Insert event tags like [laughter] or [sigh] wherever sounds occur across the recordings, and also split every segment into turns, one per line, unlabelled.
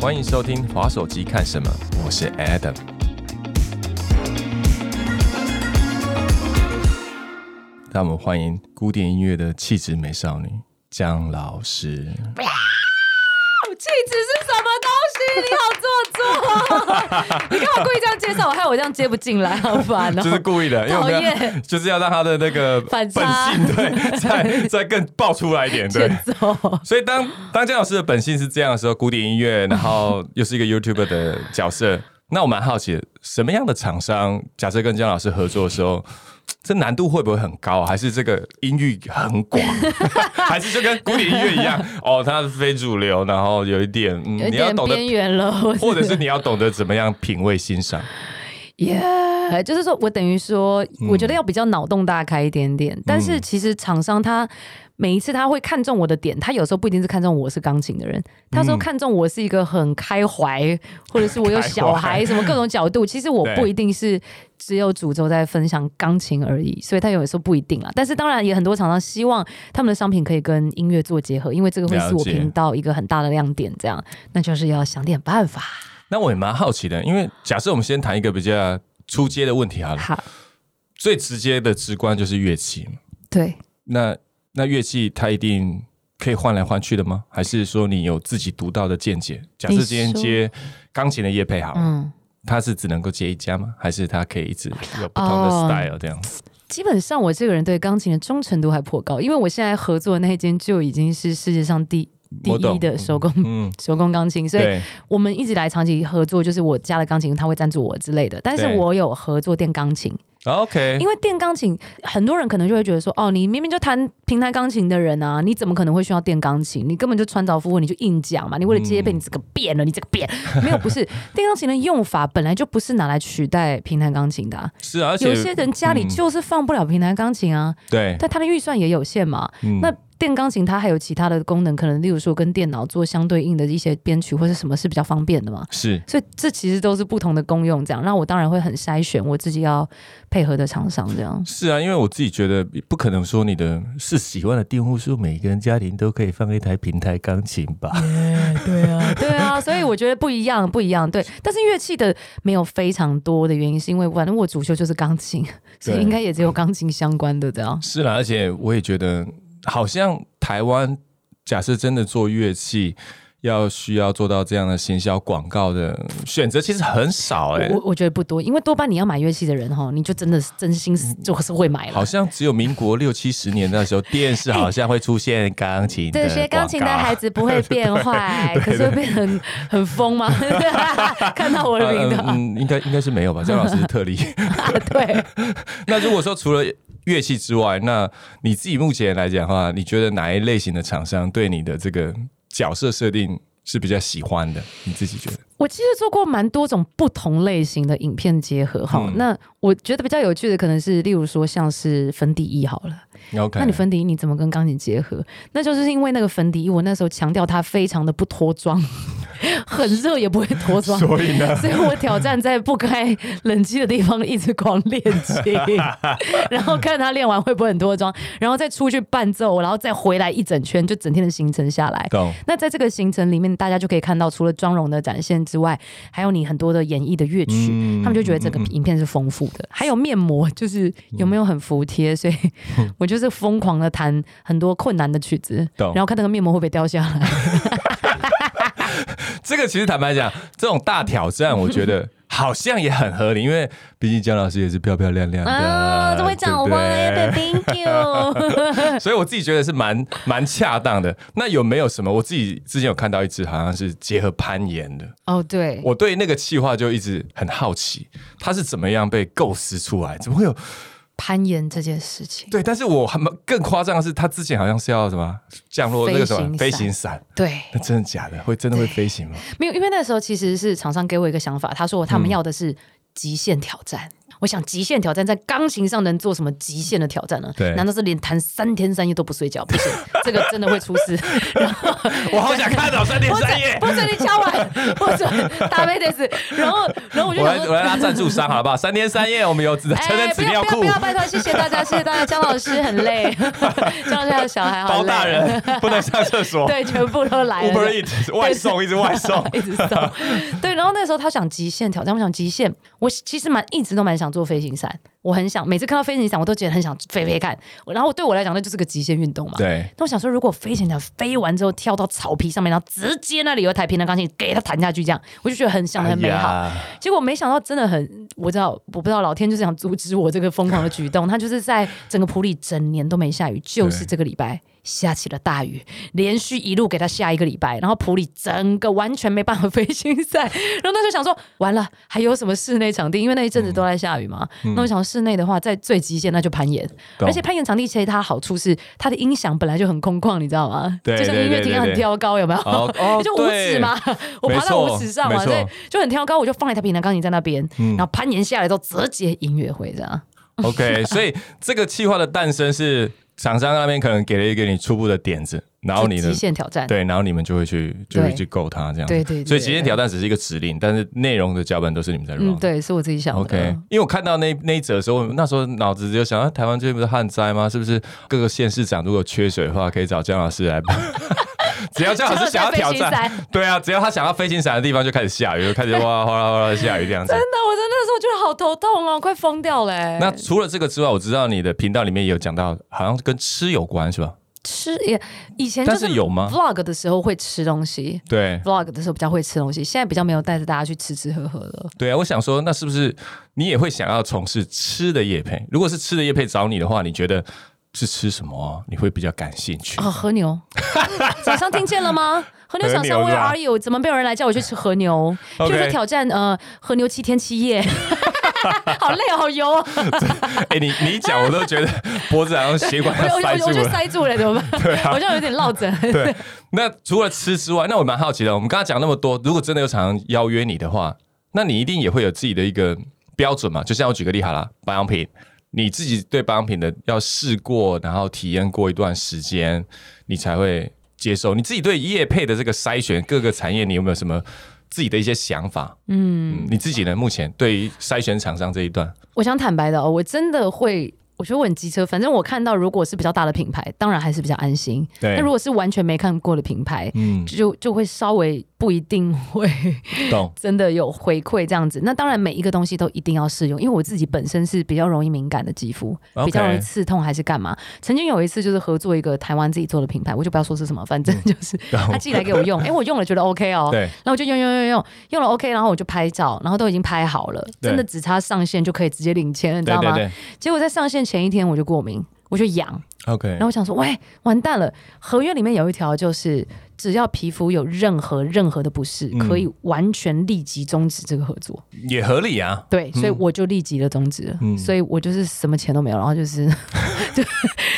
欢迎收听《滑手机看什么》，我是 Adam。让我们欢迎古典音乐的气质美少女江老师。
气质是什么东西？你好做作！哦 [laughs] 你干嘛故意这样介绍我，害我这样接不进来，好烦哦、
就是故意的，因为我们
讨厌
要 [laughs] 就是要让他的那个
反
本
差
性对，再再更爆出来一点，对。
欠揍！
所以当当姜老师的本性是这样的时候，古典音乐，然后又是一个 YouTuber 的角色， [laughs] 那我蛮好奇的，什么样的厂商，假设跟姜老师合作的时候，这难度会不会很高啊、还是这个音域很广？ [laughs] 还是就跟古典音乐一样， [laughs] 哦，它是非主流，然后有一点，嗯，
有一
你要
点
懂得
边，缘了，我
[laughs] 或者是你要懂得怎么样品味欣赏。
耶就是说我等于说，我
嗯
觉得要比较脑洞大开一点点。但是其实厂商他每一次他会看中我的点，他有时候不一定是看中我是钢琴的人，他有时候看中我是一个很开怀，或者是我有小
嗯开怀
孩，什么各种
[laughs]
角度。其实我
对
不一定是只有主轴在分享钢琴而已，所以他有时候不一定啦。但是当然也很多厂商希望他们的商品可以跟音乐做结合，因为这个会是
了
我
解
频道一个很大的亮点。这样，那就是要想点办法。
那我也蛮好奇的，因为假设我们先谈一个比较出街的问题好了，
好，
最直接的直观就是乐器嘛。
对。
那那乐器它一定可以换来换去的吗？还是说你有自己独到的见解？假设今天
你说
接钢琴的乐配好了，
嗯
它是只能够接一家吗？还是它可以一直有不同的
哦
style 这样？
基本上我这个人对钢琴的忠诚度还颇高，因为我现在合作的那一间就已经是世界上第第
我懂
一的手工、
嗯，
手工钢琴，所以
对，
我们一直以来长期合作，就是我家的钢琴他会赞助我之类的，但是
对
我有合作电钢琴，
OK，
因为电钢琴很多人可能就会觉得说，哦，你明明就弹平弹钢琴的人啊，你怎么可能会需要电钢琴？你根本就穿凿附会，你就硬讲嘛，你为了
嗯
接配你这个变了，你这个变没有不是电钢琴的用法本来就不是拿来取代平弹钢琴的啊、
是啊，而且
有些人家里
嗯
就是放不了平弹钢琴啊。
对，
但它的预算也有限嘛。
嗯
那电钢琴它还有其他的功能，可能例如说跟电脑做相对应的一些编曲或是什么是比较方便的嘛。
是
所以这其实都是不同的功用，这样。那我当然会很筛选我自己要配合的厂商，这样。
是啊，因为我自己觉得不可能说你的是喜欢的订户数，每个人家庭都可以放一台平台钢琴吧？
对啊， [laughs] 对啊，所以我觉得不一样，不一样。对，但是乐器的没有非常多的原因，是因为反正我主修就是钢琴，所以
对
应该也只有钢琴相关的这样。
是啦，而且我也觉得，好像台湾假设真的做乐器，要需要做到这样的行销广告的选择，其实很少哎、嗯
我我我觉得不多，因为多半你要买乐器的人哈，你就真的是真心是就是会买了。
好像只有民国六七十年代的时候，电视好像会出现钢琴的
对，学钢琴的孩
子
子不会变
[laughs]
坏，可是会变很很疯吗？ [laughs] 看到我的频道，
嗯，应该应该是没有吧？姜老师是特
[laughs]
例。
对，
那如果说除了乐器之外，那你自己目前来讲的话，你觉得哪一类型的厂商对你的这个角色设定是比较喜欢的？你自己觉得？
我其实做过蛮多种不同类型的影片结合哈。
嗯
那我觉得比较有趣的可能是，例如说像是粉底液好了，
你 OK？
那你粉底液你怎么跟钢琴结合？那就是因为那个粉底液，我那时候强调它非常的不脱妆， [laughs] 很热也不会脱妆，
所以呢？
[laughs] 所以我挑战在不该冷气的地方一直狂练
[laughs]
琴，然后看他练完会不会很脱妆，然后再出去伴奏，然后再回来一整圈，就整天的行程下来。
懂。
那在这个行程里面，大家就可以看到，除了妆容的展现之外，还有你很多的演绎的乐曲，
嗯
他们就觉得整个
嗯嗯
影片是丰富的。还有面膜，就是有没有很服帖，所以
嗯
[laughs] 我就是疯狂的弹很多困难的曲子，
懂
然后看那个面膜会不会掉
[laughs]
下来。
这个其实坦白讲，这种大挑战，我觉
[laughs]
得好像也很合理，因为毕竟姜老师也是漂漂亮亮的，
[laughs] 啊，怎么会讲
对不
话耶
对？
？Thank
[laughs]
you。
所以我自己觉得是蛮蛮恰当的。那有没有什么？我自己之前有看到一支好像是结合攀岩的，
哦，对，
我对那个企划就一直很好奇，它是怎么样被构思出来？怎么会有？
攀岩这件事情，
对，但是我还蛮更夸张的是，他之前好像是要什么降落那个什么飞
飞行
行
伞
伞，
对，
那真的假的？会真的会飞
[laughs]
行吗？嗯
没有，因为那时候其实是厂商给我一个想法，他说他们要的是极限挑战，我想极限挑战在钢琴上能做什么极限的挑战呢？
对
难道是连弹三天三夜都不睡觉？
[laughs]
不行，这个真的会出事。然后
我好想看到三天
不准
三夜。
不准你敲完，不准打贝得斯。然后，然后我就
我来
想
我来拉
说。哎
赞助商好不好？三天三夜我们有纸 [laughs] 成人
不
纸尿
要不要
裤
不，要！拜托，谢谢大家，谢谢大家。姜老师很累，姜老师还有小孩好
包
累。
大人 [laughs] 不能上厕所
对，全部都来了。
，Uber Eat 外送一直外
[laughs]。
送
一直送。对，然后那时候他想极限挑战，我想极限，我其实蛮一直都蛮想做飞行伞，我很想每次看到飞行伞，我都觉得很想飞飞看。然后对我来讲，那就是个极限运动嘛。。
对，
那我想说，如果飞行伞飞完之后跳到草皮上面，然后直接那里有一台平弹钢琴给它弹下去，这样我就觉得很想的很美好。
哎呀
结果没想到，真的很，我知道，我不知道老天就是想阻止我这个疯狂的举动。他就是在整个普里整年都没下雨，就是这个礼拜下起了大雨，连续一路给他下一个礼拜，然后普里整个完全没办法飞 [laughs] 行赛。然后那时候想说，完了，还有什么室内场地？因为那一阵子都在下雨嘛。那我想室内的话，在最极限那就攀岩，
嗯懂
而且攀岩场地其实它好处是它的音响本来就很空旷，你知道吗？
对
就像音乐厅很挑高，有没有？
哦哦
[laughs] 就五尺嘛， [laughs] 我爬
没
到
错
五尺上嘛，
没错嗯
所以就很挑高，我就放了一台平弹钢琴在那边，然后攀岩下来之后直接音乐会这样。
OK，所以这个计划的诞生是厂商那边可能给了一个你初步的点子，然后你
就
的
极限挑战，嗯
对，然后你们就会去就会
对
去够它这样子。
对对对
所以极限
对
挑战只是一个指令，但是内容的脚本都是你们在 run
嗯，
的。
对，是我自己想的。
OK，因为我看到那那一则的时候，我那时候脑子就想，啊、台湾最近不是旱灾吗？是不是各个县市长如果缺水的话，可以找姜老师来办？只要姜老师想要挑
只要在
战
飞行，
对啊，只要他想要飞行伞的地方就开始下雨，就开始哗啦哗啦哗啦下雨这样子
真。的，我真的那时候觉得好头痛哦，快疯掉嘞、
那除了这个之外，我知道你的频道里面也有讲到，好像跟吃有关是吧？
吃也以前就
但是有吗
vlog 的时候会吃东西
对
，vlog 的时候比较会吃东西，现在比较没有带着大家去吃吃喝喝了。
对啊，我想说，那是不是你也会想要从事吃的业配？如果是吃的业配找你的话，你觉得是吃什么啊、你会比较感兴趣？
哦，
[laughs]
和牛，厂商听见了吗？和牛厂商
和牛是
Where
吧
are you？怎么没有人来叫我去吃和牛？
[laughs]
譬
OK
如说挑战呃和牛七天七夜， [laughs] 好累哦好油哦，
哎、你你一讲我都觉得脖子好像血管
我
要
我
塞
我
住
我就
了。啊
塞住了，怎
[laughs]
么办？好像有点落枕。
对，那除了吃之外，那我蛮好奇的，我们刚刚讲那么多，如果真的有厂商邀约你的话，那你一定也会有自己的一个标准嘛？就像我举个例好了，保养品，你自己对保养品的要试过，然后体验过一段时间，你才会接受。你自己对业配的这个筛选各个产业，你有没有什么自己的一些想法？嗯，你自己呢？目前对于筛选厂商这一段，
我想坦白的哦，我真的会。我觉得我很机车，反正我看到如果是比较大的品牌，当然还是比较安心。
对
那如果是完全没看过的品牌，
嗯，
就就会稍微不一定会
懂，
真的有回馈这样子。那当然，每一个东西都一定要试用，因为我自己本身是比较容易敏感的肌肤
OK
比较容易刺痛还是干嘛。曾经有一次就是合作一个台湾自己做的品牌，我就不要说是什么，反正
嗯
就是、他寄来给我
[laughs]
用，哎、我用了觉得 OK 哦，
对，
然后我就用用用用用了 OK，然后我就拍照，然后都已经拍好了，
对
真的只差上线就可以直接领钱了，你知
对
道
对
吗？
对
结果在上线前一天我就过敏，我就痒。
，OK
然后。我想说，喂，完蛋了！合约里面有一条就是，只要皮肤有任何任何的不适，
嗯
可以完全立即终止这个合作。
也合理啊。
对，所以我就立即的终止了。
嗯
所以我就是什么钱都没有，然后就是， [laughs] 就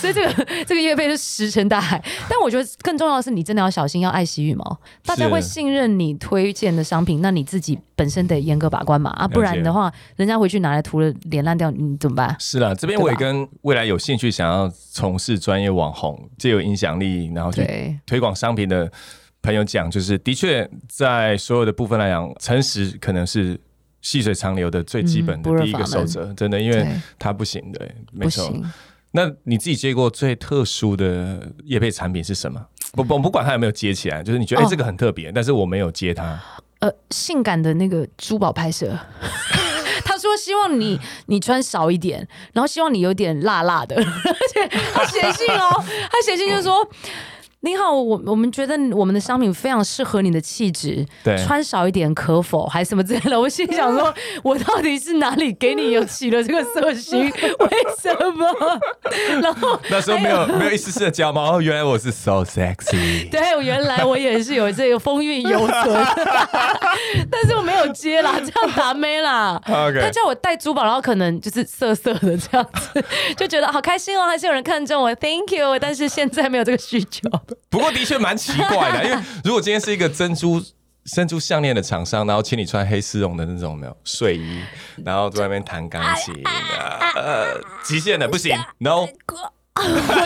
所以这个这个月费就石沉大海。但我觉得更重要的是，你真的要小心，要爱惜羽毛。大家
是
会信任你推荐的商品，那你自己本身得严格把关嘛啊，不然的话，人家回去拿来涂了脸烂掉，你怎么办？
是啦，这边我也跟未来有兴趣想要从事专业网红，借有影响力，然后去
对，
推广商品的朋友讲，就是的确在所有的部分来讲，诚实可能是细水长流的最基本
嗯不
的
二
第一个
法
守
门
则，真的，因为
对，
它不行的，没
不
错。
行。
那你自己接过最特殊的业配产品是什么？不不，我不管它有没有接起来，就是你觉得哎、
嗯哦
这个很特别，但是我没有接它。
呃性感的那个珠宝拍摄。 [laughs] 他说：“希望你你穿少一点，然后希望你有点辣辣的。” [laughs] 而且他写信哦，他写信就说：“你好，我我们觉得我们的商品非常适合你的气质，
对
穿少一点可否？还什么之类的。”我心里想说：“我到底是哪里给你有起了这个色心？
[laughs]
为什么？”然后
那时候
[laughs]
没
哎
有没有一丝丝的焦毛，哦，原来我是 so sexy。
对，我原来我也是有这个风韵犹
[laughs]
存，但是我没有接啦，这样打妹啦。
OK
他叫我戴珠宝，然后可能就是色色的这样子，就觉得好开心哦，还是有人看中我，Thank you。但是现在没有这个需求， [laughs]
不过的确蛮奇怪的，因为如果今天是一个珍珠伸出项链的厂商，然后请你穿黑丝绒的那种有没有睡衣，然后在外面弹钢琴，呃，极限的不
[laughs]
行，no，
我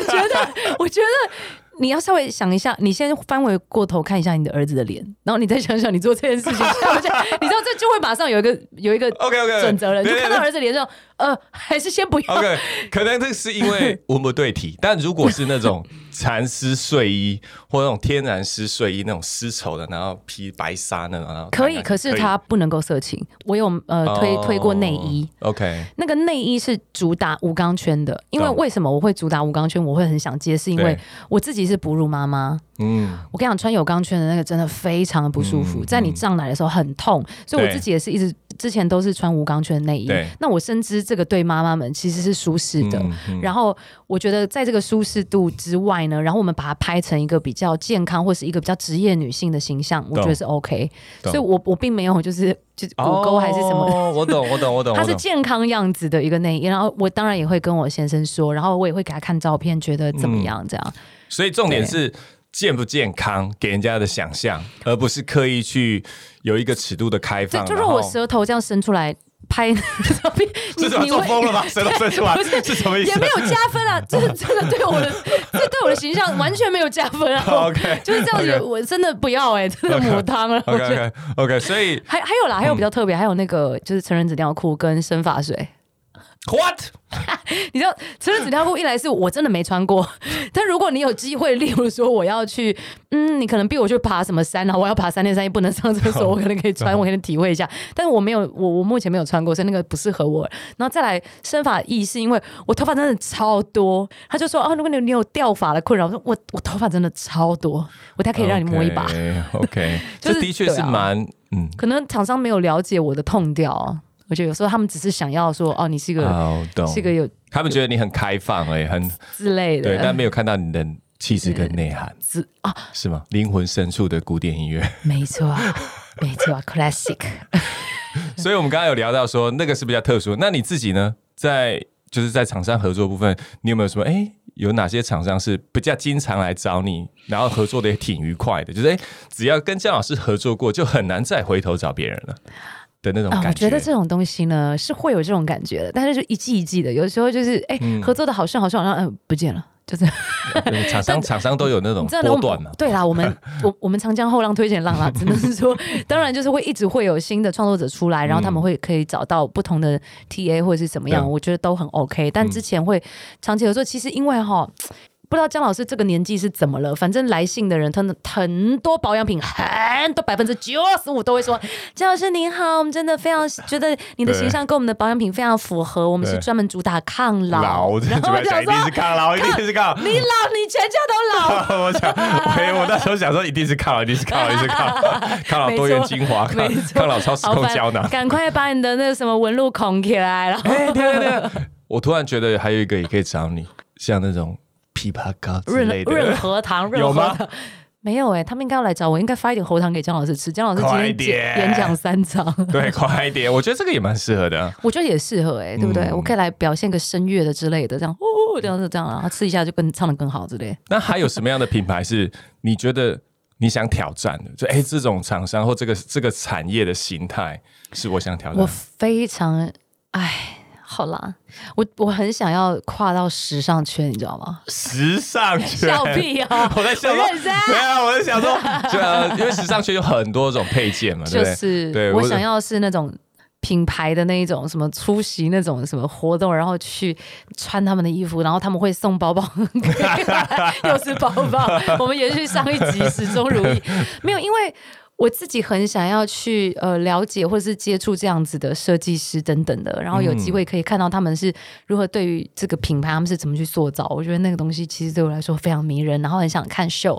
觉
[laughs]
得，我觉得你要稍微想一下，你先翻回过头看一下你的儿子的脸，然后你再想想你做这件事情
[laughs]
像不像？你知道这就会马上有一个有一个
OK，OK，
准则了，你就
对对
看到
对
儿子脸上，呃，还是先不要。
OK，可能这是因为文不对题，但如果是那种蚕丝睡衣或那种天然丝睡衣，那种丝绸的，然后披白纱那种，然后
可以，可是它不能够色情。我有呃推、推过内衣，。
哦 OK，
那个内衣是主打无钢圈的，因为
懂
为什么我会主打无钢圈？我会很想接，是因为
对
我自己是哺乳妈妈，
嗯，
我跟你讲，穿有钢圈的那个真的非常的不舒服，在你胀奶的时候很痛，所以我
对
自己也是一直之前都是穿无钢圈的内衣
对。
那我深知这个对妈妈们其实是舒适的。
嗯嗯
然后我觉得在这个舒适度之外呢，然后我们把它拍成一个比较健康或是一个比较职业女性的形象，我觉得是 OK。
懂
所以我我并没有就是就是骨沟还是什么的。
哦，我懂，我懂，我懂，
[laughs] 它
我
是
懂。
健康样子的一个内衣，然后我当然也会跟我先生说，然后我也会给他看照片，觉得怎
嗯
么样这样。
所以重点
对
是健不健康，给人家的想象，而不是刻意去有一个尺度的开
对，
放。
就是
然后
我舌头这样伸出来拍那个
[laughs]
照片，你
这怎么
你
中风
会
了
[laughs]
吧？舌头伸出来
不是
是什么意
也
思
没有加分啊，这个这个对
[laughs]
我的这对我的形象完全没有加分啊。
哦？OK，
[laughs] 就是这样子
OK
我真的不要哎、真的
OK 嗯
母汤了。我觉得
OK OK，所以
还还有啦，还有比较特别，还有那个就是成人纸尿裤跟生发水。
what？
你知道，成人纸尿裤一来是我真的没穿
[laughs]
过，但如果你有机会，例如说我要去，嗯，你可能逼我去爬什么山啊，我要爬三天三夜不能上厕所，我可能可以
[laughs]
穿，我可能体会一下，但是我没有，我我目前没有穿过，所以那个不适合我。然后再来生发意是因为我头发真的超多，他就说啊，如果你你有掉发的困扰，我说我我头发真的超
[laughs]
多，我 [laughs] 大概可以让你摸一把。
OK，
[laughs] 就
这
是
的确是
对啊
蛮嗯。
可能厂商没有了解我的痛调啊，我觉得有时候他们只是想要说，哦，你是一个、
好啊懂，
是一个有
他们觉得你很开放哎、很
之类的，
对，但没有看到你的气质跟内涵，
之啊，
是吗？灵魂深处的古典音乐。
没错啊，没
[laughs]
错啊，classic。
所以我们刚刚有聊到说那个是比较特殊。那你自己呢，在就是在厂商合作部分，你有没有什么哎、诶有哪些厂商是比较经常来找你，然后合作的也挺愉快的？就是哎、诶只要跟姜老师合作过，就很难再回头找别人了的那种
啊，我
感
觉得这种东西呢是会有这种感觉的，但是就一季一季的，有时候就是哎、合作的好顺好顺，好像嗯、不见了，就是
对厂商厂商都有那种
你知道呢
啊波段嘛、
我们对啦，我
[laughs]
们我我们长江后浪推前浪啦，只能是说，当然就是会一直会有新的创作者出来，然后他们会可以找到不同的 TA 或者是怎么样，
嗯对嗯
我觉得都很 OK。但之前会长期合作，其实因为哈。不知道姜老师这个年纪是怎么了，反正来信的人，他的很多保养品，很多百分之九十五都会说：“姜老师您好，我们真的非常觉得你的
对
形象跟我们的保养品非常符合，我们是
对
专门主打抗老。”
我真的
然后
觉
我
得
想
想一定
说
是抗老，一定是抗：“。
你老，你全家都
[laughs]
老。”
我想，我我那时候想说，一定是抗老，一定是抗老，一定是
[laughs]
抗老，抗老多元精华，抗
没错
抗老超时
好
空
烦
胶囊。
赶快把你的那个什么纹路孔起来，
[laughs]
然后
哎，对对对， [laughs] 我突然觉得还有一个也可以找你，像那种枇杷膏之
润
类 [laughs]
润
的，
喉糖，润
有
喉
吗
糖。 [laughs] 没有哎、他们应该要来找我，应该发一点喉糖给姜老师吃。姜老师
快
今天
点
演演讲三
[laughs]
场，
对，快一点，我觉得这个也蛮适合的 [laughs] 啊。
我觉得也适合哎、对不对？
嗯
我可以来表现个声乐的之类的，这样哦，这样子这样，然后吃一下就更唱的更好之类。
那还有什么样的品牌是你觉得你想挑战的？就哎，这种厂商或这个这个产业的形态是我想挑战
我
的。
非常哎，好啦，我我很想要跨到时尚圈，你知道吗？
时尚圈，
笑屁
[laughs]
啊！
我在想说，
我认真啊
没有，我在想
[laughs]
说，就呃因为时尚圈有很多种配件嘛，对
就
不对？
是
对我
我想要是那种品牌的那一种什么出席那种什么活动，然后去穿他们的衣服，然后他们会送包包， [laughs] 又是包
[laughs]
包。我们延续上一集始终如一，没有，因为我自己很想要去呃了解或是接触这样子的设计师等等的，然后有机会
嗯
可以看到他们是如何对于这个品牌他们是怎么去塑造。我觉得那个东西其实对我来说非常迷人，然后很想看秀，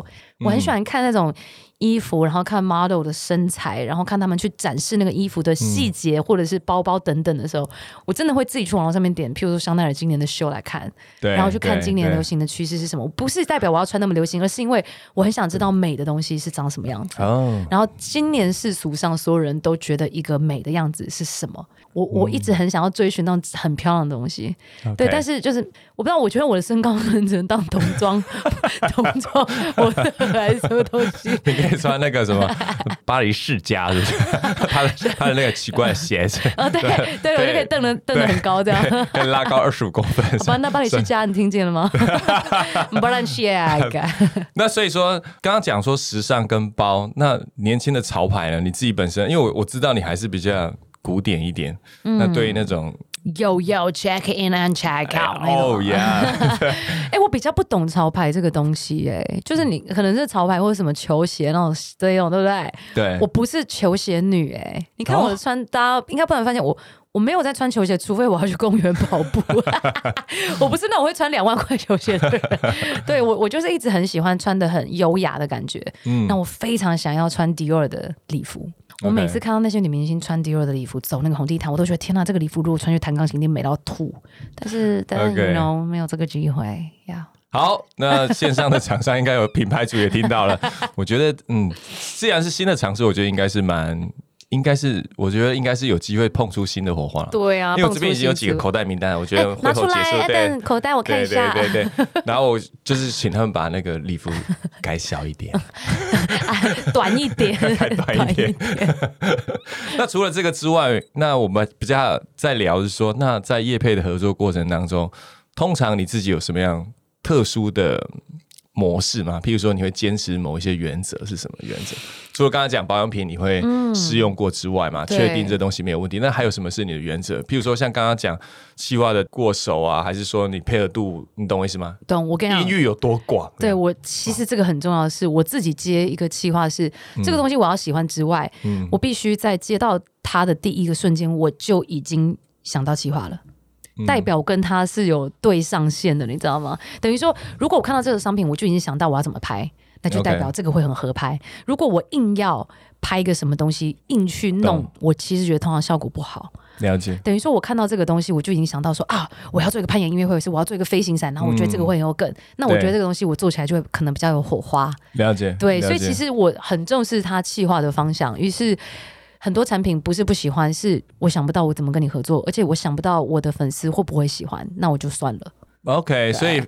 嗯
我很喜欢看那种。衣服，然后看 model 的身材，然后看他们去展示那个衣服的
嗯
细节，或者是包包等等的时候，我真的会自己去网络上面点，譬如说香奈儿今年的秀来看，
对
然后去看
对
今年
对
流行的趋势是什么。不是代表我要穿那么流行，而是因为我很想知道美的东西是长什么样子。
哦， [laughs]
然后今年世俗上所有人都觉得一个美的样子是什么？我我一直很想要追寻到很漂亮的东西，对，但
是
是就是我不知道，我觉得我的身高可能只能当童装， [laughs] 童装模特儿还是什么东 [laughs] 西。
你可以穿那个什么巴黎世家，是不 [laughs] 是？他的他的那个奇怪的鞋子，
哦，对对，我就可以蹬的蹬的很高这样。
可以拉高二十五公分。
好吧，那巴黎世家你听见了吗 b a l c 啊 i a g [laughs]
那所以说，刚刚讲说时尚跟包，那年轻的潮牌呢？你自己本身，因为我我知道你还是比较古典一点，
嗯
那对于那种
Yo yo check in and check out 那种
哦。
[laughs]
呀，
哎、我比较不懂潮牌这个东西、哎，就是你可能是潮牌或者什么球鞋那种这种，对不对？
对
我，不是球鞋女、哎，你看
哦
我的穿搭，应该不能发现我。我没有在穿球鞋，除非我要去公园跑
[laughs]
步。我不是那种会穿两万块球鞋的人。对我，我就是一直很喜欢穿的很优雅的感觉。
嗯
那我非常想要穿 Dior 的礼服。我
OK
每次看到那些女明星穿 Dior 的礼服走那个红地毯，我都觉得天呐，这个礼服如果穿去弹钢琴，一定美到吐。但是，但是
OK
you know 没有这个机会呀。
好，那线上的厂商应该有品牌主也听到
[laughs]
了。我觉得，嗯，既然是新的尝试，我觉得应该是蛮，应该是，我觉得应该是有机会碰出新的火花了。
对啊，
因为我这边
蹦
已
出
经有
新
几个
词
口袋名单了，我觉
哎
得会
拿
后
出
结束
来，
对
但。口袋我看一
对
下。
对对对， [laughs] 然后我就是请他们把那个
[laughs]
礼服改小一点。
短一点，
[laughs] 再短一点那除了这个之外，那我们比较在聊是说，那在业配的合作过程当中，通常你自己有什么样特殊的模式吗？譬如说，你会坚持某一些原则是什么原则？除了刚才讲保养品你会试用过之外嘛，
嗯对
确、定这东西没有问题，那还有什么是你的原则？譬如说，像刚刚讲气化的过手啊，还是说你配合度，你懂我意思吗？
懂？我跟你
音
讲。
域有多广？
对我其实这个很重要的是，我自己接一个企划是、
嗯
这个东西我要喜欢之外，我必须在接到他的第一个瞬间，我就已经想到企划了。
嗯
代表跟他是有对上线的，你知道吗？等于说，如果我看到这个商品，我就已经想到我要怎么拍，那就代
OK
表这个会很合拍。如果我硬要拍一个什么东西，硬去弄
懂，
我其实觉得通常效果不好。
了解。
等于说我看到这个东西，我就已经想到说啊，我要做一个攀岩音乐会，或者是我要做一个飞行伞，然后我觉
嗯
得这个会很有梗。那我觉得这个东西我做起来就会可能比较有火花。
了解，
对，
了
所以
解
其实我很重视它企划的方向，于是。很多产品不是不喜欢，是我想不到我怎么跟你合作，而且我想不到我的粉丝会不会喜欢，那我就算了。啊
OK，所以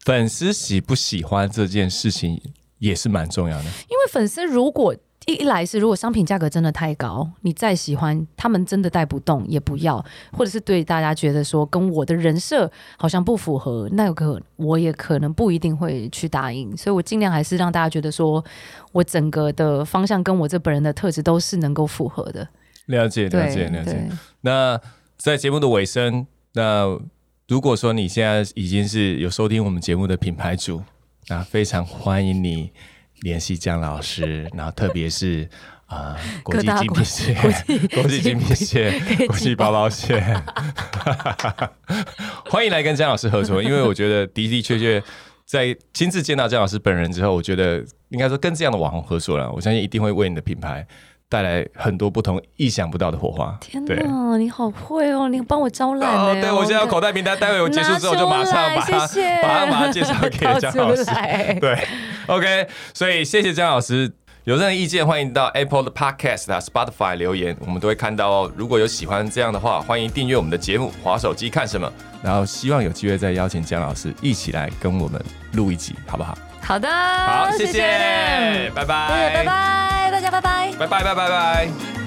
粉丝喜不喜欢这件事情也是蛮重要的。
因为粉丝如果一一来是如果商品价格真的太高，你再喜欢，他们真的带不动也不要，或者是对大家觉得说跟我的人设好像不符合，那有可我也可能不一定会去答应，所以我尽量还是让大家觉得说我整个的方向跟我这本人的特质都是能够符合的。
了解，
对
了解，了解
对。，
那在节目的尾声，那如果说你现在已经是有收听我们节目的品牌主，那非常欢迎你联系姜老 [laughs] 师，然后特别是。啊、国际
各大
精品蟹，国际精品蟹，国际包包蟹， [laughs] 欢迎来跟姜老师合作，因为我觉得的的确确在亲自见到姜老师本人之后，我觉得应该说跟这样的网红合作了，我相信一定会为你的品牌带来很多不同意想不到的火花。
天
对
哪，你好会哦，你帮我招揽
哦，
呢、
对，我现在有口袋名单，待会我结束之后就马上把它
拿出来谢谢
马 [laughs] 上把它介绍
[laughs]
给姜老师
掏出来。
对，OK，所以谢谢姜老师。有任何意见，欢迎到 Apple 的 Podcast 啊、Spotify 留言，我们都会看到哦。如果有喜欢这样的话，欢迎订阅我们的节目《划手机看什么》，然后希望有机会再邀请姜老师一起来跟我们录一集，好不好？
好的，
好，谢
谢
谢，
对，
拜拜，
拜，拜，大家拜拜。
拜拜，拜拜，拜拜。